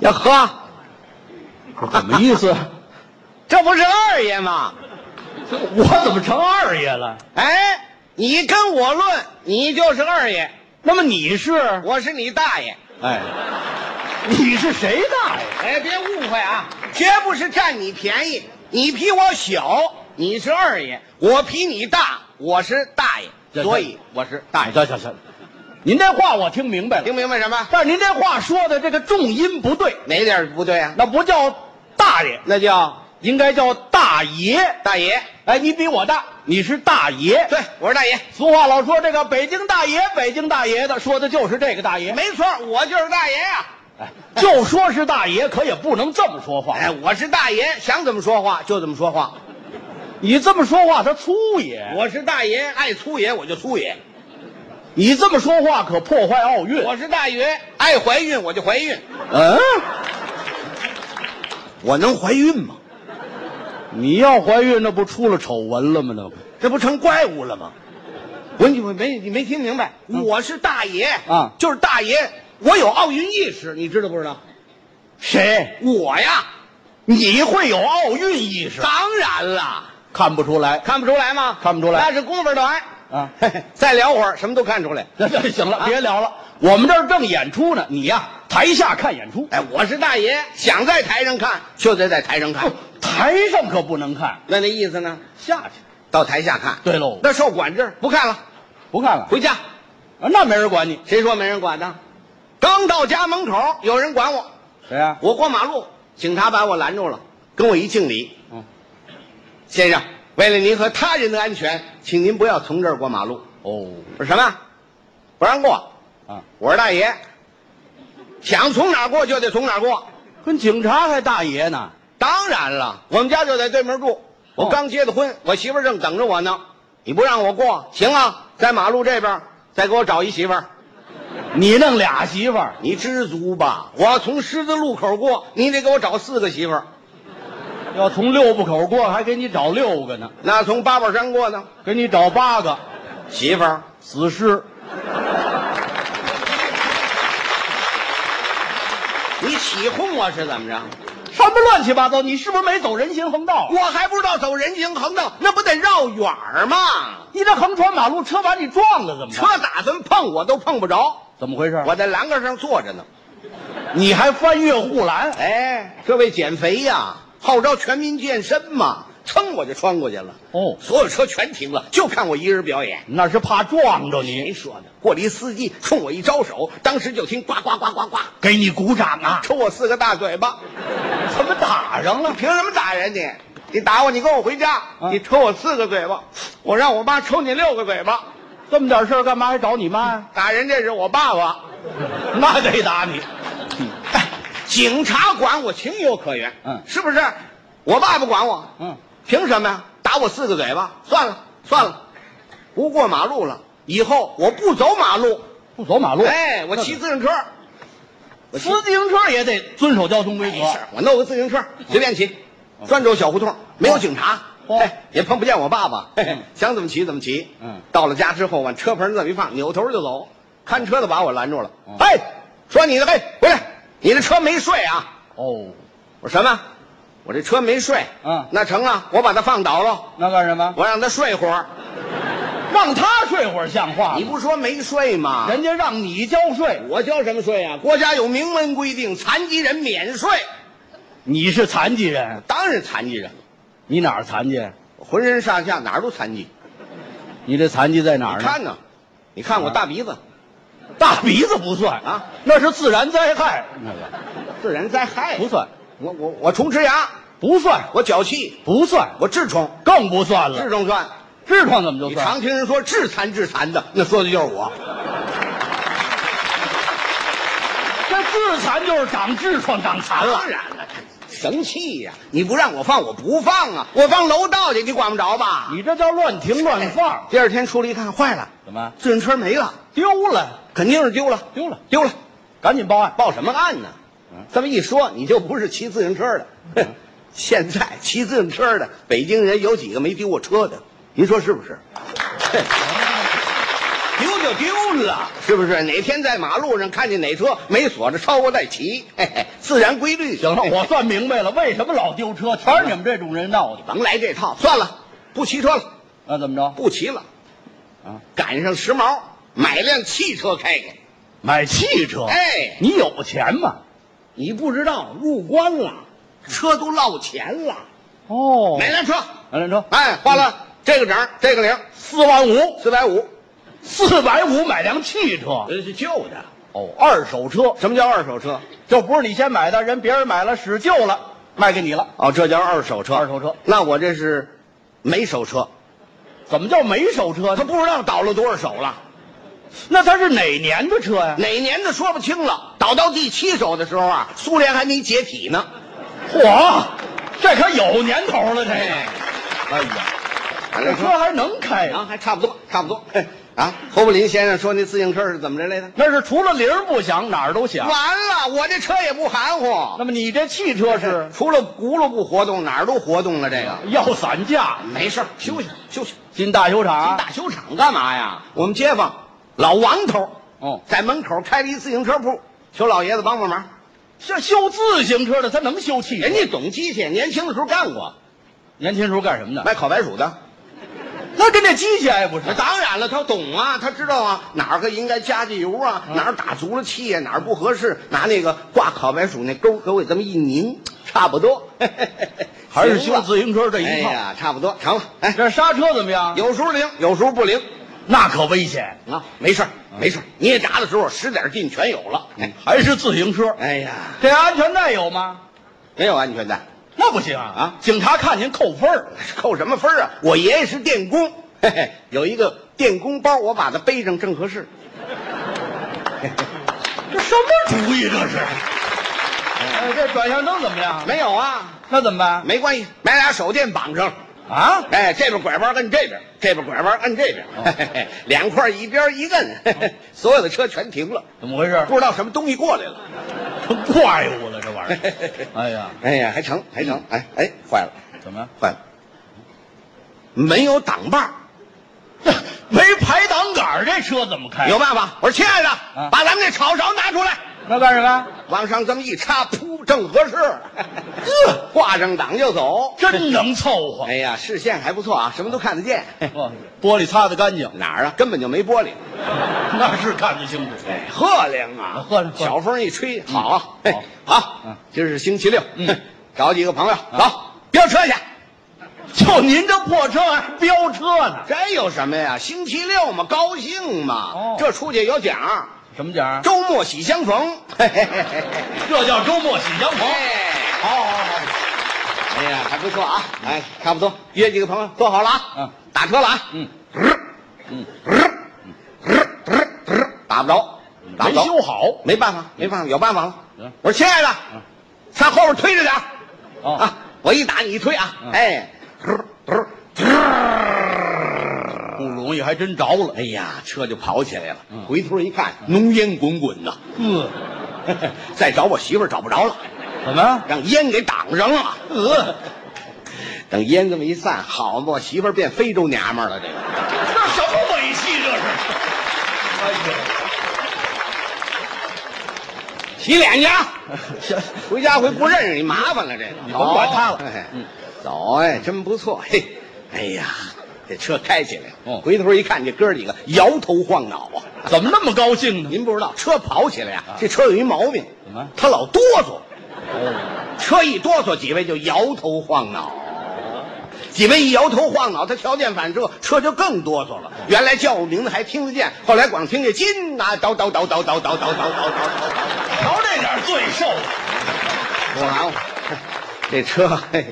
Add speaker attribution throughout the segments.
Speaker 1: 呀呵，
Speaker 2: 不是怎么意 思？
Speaker 1: 这不是二爷吗？
Speaker 2: 这我怎么成二爷了？
Speaker 1: 哎，你跟我论，你就是二爷，
Speaker 2: 那么你是？
Speaker 1: 我是你大爷。
Speaker 2: 哎，你是谁大爷？
Speaker 1: 哎，别误会啊，绝不是占你便宜。你比我小，你是二爷；我比你大，我是大爷，
Speaker 2: 这哎
Speaker 1: 所以我是大爷。
Speaker 2: 行行行，您这话我听明白了，
Speaker 1: 听明白什么？
Speaker 2: 但是您这话说的这个重音不对，
Speaker 1: 哪点儿不对啊？
Speaker 2: 那不叫大爷，
Speaker 1: 那叫
Speaker 2: 应该叫大爷。
Speaker 1: 大爷。
Speaker 2: 哎，你比我大，你是大爷。
Speaker 1: 对，我是大爷，
Speaker 2: 俗话老说这个北京大爷，北京大爷的，说的就是这个大爷。
Speaker 1: 没错，我就是大爷啊呀、
Speaker 2: 哎，就说是大爷，可也不能这么说话。
Speaker 1: 哎，我是大爷，想怎么说话就怎么说话。
Speaker 2: 你这么说话，他粗野。
Speaker 1: 哎我是大爷，爱粗野我就粗野；
Speaker 2: 你这么说话可破坏奥运。
Speaker 1: 我是大爷，爱怀孕我就怀孕。
Speaker 2: 嗯，
Speaker 1: 我能怀孕吗？
Speaker 2: 你要怀孕，那不出了丑闻了吗？那不
Speaker 1: 这不成怪物了吗？嗯我你没你没听明白，我是大爷
Speaker 2: 啊
Speaker 1: 就是大爷，我有奥运意识，你知道不知道？
Speaker 2: 谁？
Speaker 1: 我呀，
Speaker 2: 你会有奥运意识？
Speaker 1: 当然啦，
Speaker 2: 看不出 来。
Speaker 1: 看不出来吗？
Speaker 2: 看不出来
Speaker 1: 那是功夫短
Speaker 2: 啊
Speaker 1: 再聊会儿，什么都看出 来。
Speaker 2: 这这行了，
Speaker 1: 啊
Speaker 2: 别聊了。我们这儿正演出呢，你呀台下看演出，
Speaker 1: 哎，我是大爷，想在台上看就得在台上看
Speaker 2: 不。台上可不能看，
Speaker 1: 那那意思呢？
Speaker 2: 下去。
Speaker 1: 到台下看。
Speaker 2: 对喽
Speaker 1: 那受管制，不看了，
Speaker 2: 不看了，
Speaker 1: 回家。
Speaker 2: 啊那没人管你。
Speaker 1: 谁说没人管呢？刚到家门口，有人管我，
Speaker 2: 谁啊呀、
Speaker 1: 我过马路，警察把我拦住了，跟我一敬礼。
Speaker 2: 嗯，
Speaker 1: 先生，为了您和他人的安全，请您不要从这儿过马路。
Speaker 2: 哦，
Speaker 1: 我说什么？不让过？
Speaker 2: 啊，
Speaker 1: 我是大爷，想从哪儿过就得从哪儿过。
Speaker 2: 跟警察还大爷呢。
Speaker 1: 当然了，我们家就在对门住，我
Speaker 2: 哦
Speaker 1: 刚结的婚，我媳妇儿正等着我呢。你不让我过，行啊，在马路这边儿再给我找一媳妇儿，
Speaker 2: 你弄俩媳妇儿，
Speaker 1: 你知足吧？我要从十字路口过，你得给我找四个媳妇儿。
Speaker 2: 要从六部口过，还给你找六个呢，
Speaker 1: 那从八宝山过呢？
Speaker 2: 给你找八个
Speaker 1: 媳妇儿，
Speaker 2: 死尸。
Speaker 1: 你起哄我是怎么着？
Speaker 2: 什么乱七八糟？你是不是没走人行横道？
Speaker 1: 我还不知道走人行横道，那不得绕远儿吗？
Speaker 2: 你这横穿马路，车把你撞了怎么
Speaker 1: 车
Speaker 2: 办？
Speaker 1: 打算碰我都碰不着，
Speaker 2: 怎么回事？
Speaker 1: 我在栏杆上坐着呢。
Speaker 2: 你还翻越护栏？
Speaker 1: 哎，这为减肥呀，号召全民健身嘛，噌我就穿过去了。
Speaker 2: 哦，
Speaker 1: 所有车全停了，就看我一人表演。
Speaker 2: 那是怕撞着你。
Speaker 1: 谁说的？过了一司机冲我一招手，当时就听呱呱呱呱呱，
Speaker 2: 给你鼓掌啊！
Speaker 1: 抽我四个大嘴巴。
Speaker 2: 怎么打上
Speaker 1: 你？凭什么打人你？你打我，你跟我回家。
Speaker 2: 啊
Speaker 1: 你抽我四个嘴巴，我让我妈抽你六个嘴巴。
Speaker 2: 这么点事儿干嘛还找你妈呀？
Speaker 1: 打人这是我爸爸，
Speaker 2: 那得打你。
Speaker 1: 哎警察管我情有可原，
Speaker 2: 嗯
Speaker 1: 是不是？我爸爸管我，
Speaker 2: 嗯，
Speaker 1: 凭什么呀？打我四个嘴巴，算了算了，
Speaker 2: 嗯
Speaker 1: 不过马路了，以后我不走马路。
Speaker 2: 不走马路。
Speaker 1: 哎，我骑自行车，我骑
Speaker 2: 私自行车也得遵守交通规
Speaker 1: 没
Speaker 2: 则
Speaker 1: 事。，我弄个自行车随便骑，专走小胡同，没有警察，
Speaker 2: 哦
Speaker 1: 哎，也碰不见我爸爸，嘿嘿
Speaker 2: 嗯
Speaker 1: 想怎么骑怎么骑。
Speaker 2: 嗯
Speaker 1: 到了家之后往车棚这么一放，扭头就走，看车的把我拦住了
Speaker 2: 嗯，
Speaker 1: 哎，说你的，哎，回来，你的车没睡啊？
Speaker 2: 哦，
Speaker 1: 我说什么？我这车没睡。
Speaker 2: 嗯
Speaker 1: 那成啊，我把它放倒了，
Speaker 2: 那干什么？
Speaker 1: 我让它睡会儿。
Speaker 2: 让他睡会儿像话吗
Speaker 1: 你不说没睡吗？
Speaker 2: 人家让你啊交税，
Speaker 1: 我交什么税啊？国家有明文规定，残疾人免税。
Speaker 2: 你是残疾人，
Speaker 1: 当然残疾人，
Speaker 2: 你哪儿残疾？
Speaker 1: 浑身上下哪儿都残疾。
Speaker 2: 你这残疾在哪儿
Speaker 1: 你
Speaker 2: 呢？啊
Speaker 1: 看呢，你看我大鼻子，
Speaker 2: 大鼻子不算
Speaker 1: 啊，
Speaker 2: 那是自然灾害，那个
Speaker 1: 自然灾害
Speaker 2: 不算，
Speaker 1: 我我我虫吃牙，
Speaker 2: 不算，
Speaker 1: 我脚气，
Speaker 2: 不算，
Speaker 1: 我痔疮，
Speaker 2: 更不算
Speaker 1: 痔
Speaker 2: 了。
Speaker 1: 疮算。
Speaker 2: 痔疮怎么就
Speaker 1: 你
Speaker 2: 算？
Speaker 1: 常听人说致残致残的，那说的就是我。
Speaker 2: 这自残就是长痔疮长残了
Speaker 1: 当。然了，生气呀、你不让我放，我不放啊！我放楼道去，你管不着吧？
Speaker 2: 你这叫乱停乱放，
Speaker 1: 第二天出来一看，坏了，
Speaker 2: 怎么
Speaker 1: 自行车没了，
Speaker 2: 丢了？
Speaker 1: 肯定是丢了，
Speaker 2: 丢了，
Speaker 1: 丢了。
Speaker 2: 赶紧报案！
Speaker 1: 报什么案呢？嗯这么一说，你就不是骑自行车的。哼 现在骑自行车的北京人有几个没丢过车的？您说是不是？
Speaker 2: 丢就丢了。
Speaker 1: 是不是？哪天在马路上看见哪车没锁着，超过再骑，嘿嘿，自然规律。
Speaker 2: 行了，
Speaker 1: 嘿嘿
Speaker 2: 我算明白了，为什么老丢车，全是你们这种人闹的。
Speaker 1: 甭来这套，算了，不骑车了，
Speaker 2: 那怎么着？
Speaker 1: 不骑了。
Speaker 2: 啊，
Speaker 1: 赶上时髦，买辆汽车开开。
Speaker 2: 买汽车？
Speaker 1: 哎，
Speaker 2: 你有钱吗？
Speaker 1: 你不知道，入关了，车都落钱了。
Speaker 2: 哦
Speaker 1: 买辆车，
Speaker 2: 买辆车，嗯
Speaker 1: 哎，花了、这个整儿，这个零，
Speaker 2: 四万五，
Speaker 1: 四百五。
Speaker 2: 四百五买辆汽车。
Speaker 1: 这是旧的。
Speaker 2: 哦，二手车，
Speaker 1: 什么叫二手车？
Speaker 2: 就不是你先买的，人别人买了使旧了，卖给你了。
Speaker 1: 哦，这叫二手车。
Speaker 2: 二手车。
Speaker 1: 那我这是没手车，
Speaker 2: 怎么叫没手车？
Speaker 1: 他不知道倒了多少手了，
Speaker 2: 那他是哪年的车呀、
Speaker 1: 哪年的说不清了。倒到第七手的时候啊，苏联还没解体呢。
Speaker 2: 嚯，这可有年头了，这个。哎呀，
Speaker 1: 反
Speaker 2: 这
Speaker 1: 正
Speaker 2: 车还能开
Speaker 1: 然后
Speaker 2: 啊？
Speaker 1: 还差不多，差不多。嘿啊，侯宝林先生说那自行车是怎么着来的？
Speaker 2: 那是除了铃儿不响，哪儿都响。
Speaker 1: 完了，我这车也不含
Speaker 2: 那
Speaker 1: 糊，
Speaker 2: 么你这汽车是哎
Speaker 1: 除了轱辘不活动，哪儿都活动了。这个
Speaker 2: 要散架，
Speaker 1: 没事儿，休息休息。
Speaker 2: 进大修
Speaker 1: 进
Speaker 2: 厂。
Speaker 1: 大修厂干嘛呀？啊我们街坊老王头
Speaker 2: 哦，
Speaker 1: 在门口开了一自行车铺，求老爷子帮帮忙。
Speaker 2: 这修自行车的，他能修汽车？
Speaker 1: 人家懂机械，年轻的时候干过，
Speaker 2: 哎年轻时候干什么的？
Speaker 1: 卖烤白薯的。
Speaker 2: 那跟这机械还不是
Speaker 1: 那？当然了，他懂啊，他知道啊，哪儿个应该加加油啊，哪儿打足了气啊，哪儿不合适，拿那个挂烤白薯那钩给我这么一拧，差不 多。
Speaker 2: 还是修自行车这
Speaker 1: 哎
Speaker 2: 一套。
Speaker 1: 呀，差不多成了。哎，
Speaker 2: 这刹车怎么样？
Speaker 1: 有时候灵，有时候不灵
Speaker 2: 那可危险。
Speaker 1: 啊，没事儿，没事儿。捏闸的时候使点劲全有了。哎
Speaker 2: 还是自行车？
Speaker 1: 哎呀，
Speaker 2: 这安全带有吗？
Speaker 1: 没有啊安全带，
Speaker 2: 那不行
Speaker 1: 啊
Speaker 2: 警察看您扣分儿。
Speaker 1: 扣什么分儿啊？我爷爷是电工，嘿嘿，有一个电工包，我把它背上正合适。
Speaker 2: 这什么主意这是？哎，这转向灯怎么样？
Speaker 1: 没有啊，
Speaker 2: 那怎么办？
Speaker 1: 没关系，买俩手电绑上。
Speaker 2: 啊？
Speaker 1: 哎，这边拐弯摁这边，这边拐弯摁这边，
Speaker 2: 哦
Speaker 1: 嘿嘿嘿两块一边一摁，嘿嘿所有的车全停了，
Speaker 2: 怎么回事
Speaker 1: 不？知道什么东西过来了。
Speaker 2: 怪物了这玩意
Speaker 1: 嘿
Speaker 2: 儿。
Speaker 1: 嘿 嘿
Speaker 2: 哎呀，
Speaker 1: 哎呀，还成还成，哎哎，坏了
Speaker 2: 怎么？
Speaker 1: 坏了，没有挡把儿，
Speaker 2: 没排挡杆儿，这车怎么开？
Speaker 1: 有办法？我说亲爱的，
Speaker 2: 哎啊
Speaker 1: 把咱们那炒勺拿出来，
Speaker 2: 那干什 么？
Speaker 1: 往上这么一插，噗，正合 适，呵挂上档就走。
Speaker 2: 真能凑合。
Speaker 1: 哎呀，视线还不错啊，什么都看得 见。嘿
Speaker 2: 哇哎玻璃擦得干净，
Speaker 1: 哪儿啊？根本就没玻璃。
Speaker 2: 那是看得清楚。
Speaker 1: 哎，鹤亮啊，
Speaker 2: 鹤亮鹤亮
Speaker 1: 小风一吹，好啊，
Speaker 2: 嗯
Speaker 1: 嘿好
Speaker 2: 嗯，
Speaker 1: 今儿是星期六，
Speaker 2: 嗯啊
Speaker 1: 哼找几个朋友走，飙车去。
Speaker 2: 就您这破车还飙车呢？
Speaker 1: 这有什么呀？星期六嘛，高兴嘛
Speaker 2: 哦，啊
Speaker 1: 这出去有奖，
Speaker 2: 什么奖？
Speaker 1: 周末喜相 逢。嘿嘿嘿嘿
Speaker 2: 这叫周末喜相逢。
Speaker 1: 哎
Speaker 2: 好好好，
Speaker 1: 哎呀，还不错啊，哎，差不多，约几个朋友，坐好了啊，
Speaker 2: 嗯，
Speaker 1: 打车了啊，
Speaker 2: 嗯嗯，
Speaker 1: 打不着，打
Speaker 2: 嗯没
Speaker 1: 不着，
Speaker 2: 修好。
Speaker 1: 没办法，没办法，有办法了
Speaker 2: 行。
Speaker 1: 我说亲爱的
Speaker 2: 嗯，
Speaker 1: 上后边推着点儿
Speaker 2: 哦
Speaker 1: 啊！我一打你一推啊，
Speaker 2: 嗯
Speaker 1: 哎，
Speaker 2: 不容易，还真着了。
Speaker 1: 哎呀，车就跑起来了
Speaker 2: 嗯。
Speaker 1: 回头一看，浓烟滚滚呐！
Speaker 2: 嗯，
Speaker 1: 再找我媳妇儿找不着了，
Speaker 2: 怎么？
Speaker 1: 让烟给挡上了。
Speaker 2: 呃，
Speaker 1: 等烟这么一散，好嘛，我媳妇儿变非洲娘们儿了。这个
Speaker 2: 这什么尾气？这是？哎
Speaker 1: 洗
Speaker 2: 呀，
Speaker 1: 脸去啊，
Speaker 2: 行，
Speaker 1: 回家回不认识你，麻烦了。这个
Speaker 2: 你甭管他了
Speaker 1: 走哎
Speaker 2: 嗯
Speaker 1: 走哎，真不错。嘿，哎呀，这车开起来了
Speaker 2: 哦。
Speaker 1: 回头一看，这哥几个摇头晃脑啊。
Speaker 2: 怎么那么高兴呢？
Speaker 1: 您不知道，车跑起来呀、
Speaker 2: 啊
Speaker 1: 这车有一毛病，
Speaker 2: 怎么
Speaker 1: 它老哆嗦，
Speaker 2: 哦，
Speaker 1: 车一哆嗦，几位就摇头晃脑。几位一摇头晃脑，他条件反射，车就更哆嗦了。原来叫我名字还听得见，后来光听见金啊，叨叨叨叨叨叨叨叨叨叨叨，
Speaker 2: 瞧这点罪受的。
Speaker 1: 我拿我这车，嘿，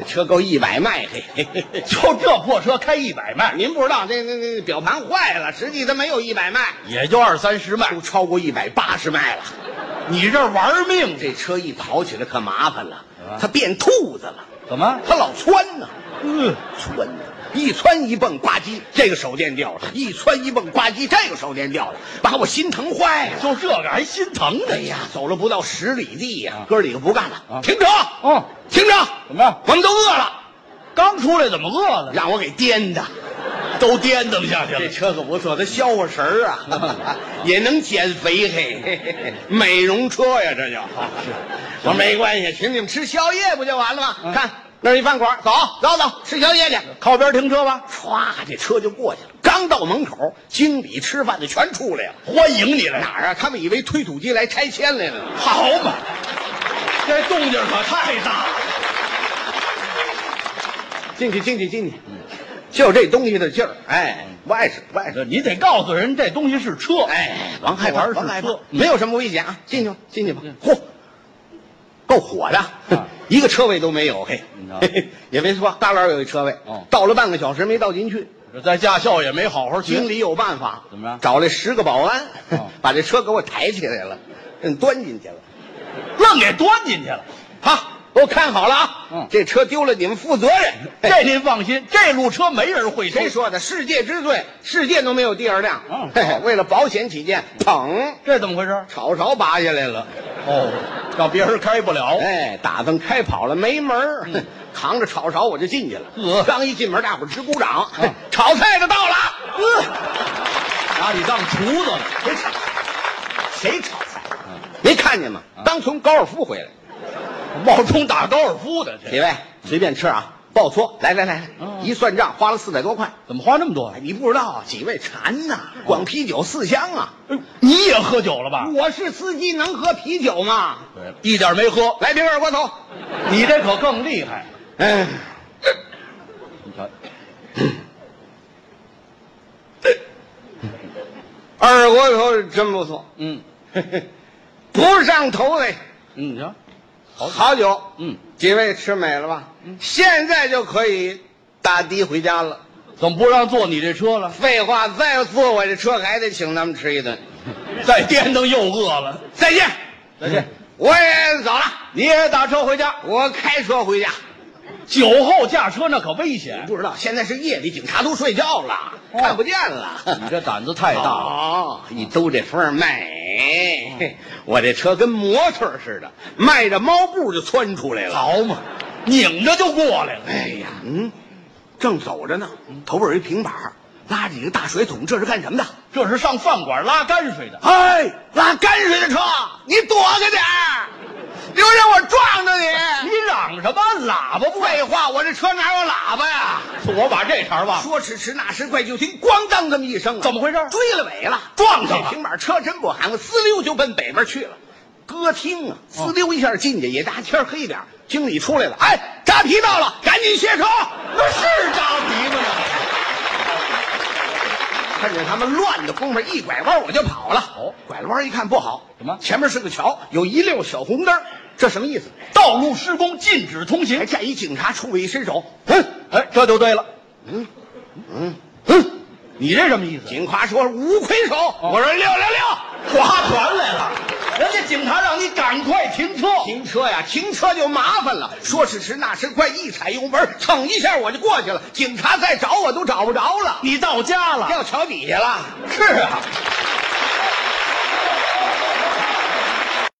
Speaker 1: 这车够一百迈，嘿嘿嘿嘿。
Speaker 2: 就这破车开一百迈，
Speaker 1: 您不知道，这那那表盘坏了，实际它没有一百迈，
Speaker 2: 也就二三十迈
Speaker 1: 都。超过一百八十迈了。
Speaker 2: 你这玩命去？
Speaker 1: 这车一跑起来可麻烦了
Speaker 2: 啊，
Speaker 1: 它变兔子了。
Speaker 2: 怎么？
Speaker 1: 他老窜呢，
Speaker 2: 嗯，
Speaker 1: 窜呢，一窜一蹦呱唧，这个手电掉了；一窜一蹦呱唧，这个手电掉了，把我心疼坏了。
Speaker 2: 就这个还心疼
Speaker 1: 哎
Speaker 2: 呢？
Speaker 1: 呀，走了不到十里地呀、
Speaker 2: 啊
Speaker 1: 哥儿几个不干了，
Speaker 2: 啊
Speaker 1: 停车！
Speaker 2: 哦，
Speaker 1: 停车！
Speaker 2: 怎么样？
Speaker 1: 我们都饿了，
Speaker 2: 刚出来怎么饿了？
Speaker 1: 让我给颠的。
Speaker 2: 都颠腾下去
Speaker 1: 这
Speaker 2: 了。
Speaker 1: 车可不错，它消化神儿啊， 也能减肥，嘿，美容车呀，这就。我说没关系，请你们吃宵夜不就完了吗？看那儿一饭馆，走走走，吃宵夜去，靠边停车吧。唰，这车就过去了。刚到门口，经理吃饭的全出来了。
Speaker 2: 欢迎你
Speaker 1: 哪
Speaker 2: 来，
Speaker 1: 儿啊？他们以为推土机来拆迁来了呢。
Speaker 2: 好嘛，这动静可太大了。
Speaker 1: 进去，进去，进去。就这东西的劲儿，哎，
Speaker 2: 嗯
Speaker 1: 不碍事，不碍事。
Speaker 2: 你得告诉人这东西是车，
Speaker 1: 哎，王害怕，
Speaker 2: 玩
Speaker 1: 王
Speaker 2: 是
Speaker 1: 害怕
Speaker 2: 车，，
Speaker 1: 没有什么危险啊，进去吧，进去吧。
Speaker 2: 嗯
Speaker 1: 嚯，够火的，哼 一个车位都没有，嘿
Speaker 2: 啊你瞧，
Speaker 1: 嘿嘿也没错，旮旯有一车位
Speaker 2: 哦，
Speaker 1: 到了半个小时没到进去，
Speaker 2: 这在驾校也没好好
Speaker 1: 经
Speaker 2: 学。
Speaker 1: 理有办法，
Speaker 2: 怎么着
Speaker 1: 找来十个保安
Speaker 2: 哦，
Speaker 1: 把这车给我抬起来了，嗯端进去了。
Speaker 2: 愣给端进去了。
Speaker 1: 好，给我看好了啊
Speaker 2: 嗯，
Speaker 1: 这车丢了你们负责任。嘿
Speaker 2: 这您放心，这路车没人会
Speaker 1: 哎谁
Speaker 2: 说？
Speaker 1: 说的？世界之最，世界都没有第二辆。
Speaker 2: 嗯
Speaker 1: 嘿嘿为了保险起见，捧
Speaker 2: 这怎么回事？
Speaker 1: 草勺拔下来了。
Speaker 2: 哦，让别人开不了。
Speaker 1: 哎，打算开跑了，没门儿、
Speaker 2: 嗯
Speaker 1: 扛着炒勺我就进去了。
Speaker 2: 呵
Speaker 1: 刚一进门，大伙儿直鼓掌，
Speaker 2: 嗯
Speaker 1: 炒菜的到了。
Speaker 2: 把你当厨子了？
Speaker 1: 谁
Speaker 2: 嗯
Speaker 1: 炒？谁炒菜？ 没看见吗？刚从高尔夫回来，
Speaker 2: 冒充打高尔夫的
Speaker 1: 几
Speaker 2: 这，
Speaker 1: 位随便吃啊，报错。来来来来，
Speaker 2: 嗯
Speaker 1: 一算账花了四百多块。
Speaker 2: 怎么花那么多
Speaker 1: 哎，？你不知道啊，几位馋呐、
Speaker 2: 嗯
Speaker 1: 光啤酒四箱啊！
Speaker 2: 哎呦你也喝酒了吧？
Speaker 1: 我是司机，能喝啤酒吗？
Speaker 2: 对，一点没喝。
Speaker 1: 来瓶二锅头。
Speaker 2: 你这可更厉害。
Speaker 1: 哎，
Speaker 2: 你瞧，
Speaker 1: 二锅头真不错，
Speaker 2: 嗯
Speaker 1: 不上头嘞。
Speaker 2: 嗯，你瞧，
Speaker 1: 好酒，
Speaker 2: 嗯，
Speaker 1: 几位吃美了吧？现在就可以打的回家了。
Speaker 2: 怎么不让坐你这 车了？
Speaker 1: 废话，再坐我这车还得请他们吃一顿。
Speaker 2: 再颠腾又饿了。
Speaker 1: 再见，
Speaker 2: 再见，
Speaker 1: 我也走了，
Speaker 2: 你也打车回家。
Speaker 1: 我开车回家。嗯
Speaker 2: 酒后驾车那可危险。
Speaker 1: 不知道现在是夜里，警察都睡觉了，
Speaker 2: 哦
Speaker 1: 看不见了。
Speaker 2: 你这胆子太大了。
Speaker 1: 哦，
Speaker 2: 哦
Speaker 1: 一兜这风儿美，嘿我这车跟模特儿似的，迈着猫步就窜出来了。
Speaker 2: 好嘛，拧着就过来了。
Speaker 1: 哎呀，嗯，正走着呢，
Speaker 2: 嗯
Speaker 1: 头边有一平板儿，拉着一个大水桶，这是干什么的？
Speaker 2: 这是上饭馆拉泔水的。
Speaker 1: 哎，拉泔水的车，你躲开点儿，留着我撞着
Speaker 2: 你
Speaker 1: 你。
Speaker 2: 嚷什么？喇叭不会
Speaker 1: 废话，我这车哪有喇叭呀？
Speaker 2: 我把这茬忘了。
Speaker 1: 说时迟，那时快，就听咣当这么一声、啊，
Speaker 2: 啊怎么回事
Speaker 1: 追了尾了，
Speaker 2: 撞上了
Speaker 1: 这平板车真不含糊，呲溜就奔北边去了。歌厅啊，
Speaker 2: 哦
Speaker 1: 呲溜一下进去，也大天黑点儿经理出来了，哎，扎皮到了，赶紧卸车。
Speaker 2: 那是扎 鼻子吗？
Speaker 1: 趁着他们乱的功夫，一拐弯我就跑了。
Speaker 2: 哦
Speaker 1: 拐了弯一看不好，
Speaker 2: 怎么
Speaker 1: 前面是个桥，有一溜小红灯儿，这什么意思？
Speaker 2: 道路施工禁止通
Speaker 1: 还
Speaker 2: 行。
Speaker 1: 站一警察冲我一伸手，哼，
Speaker 2: 哎，这就对了。
Speaker 1: 嗯，嗯，哼。
Speaker 2: 你这什么意思？
Speaker 1: 警察说五魁首，我说六六六，
Speaker 2: 划船哦来了，人家警察让你赶快停车。
Speaker 1: 停车呀，停车就麻烦了。说时迟，那时快，一踩油门，蹭一下我就过去了。警察再找我都找不着了，
Speaker 2: 你到家了。
Speaker 1: 掉桥底下了。
Speaker 2: 是啊，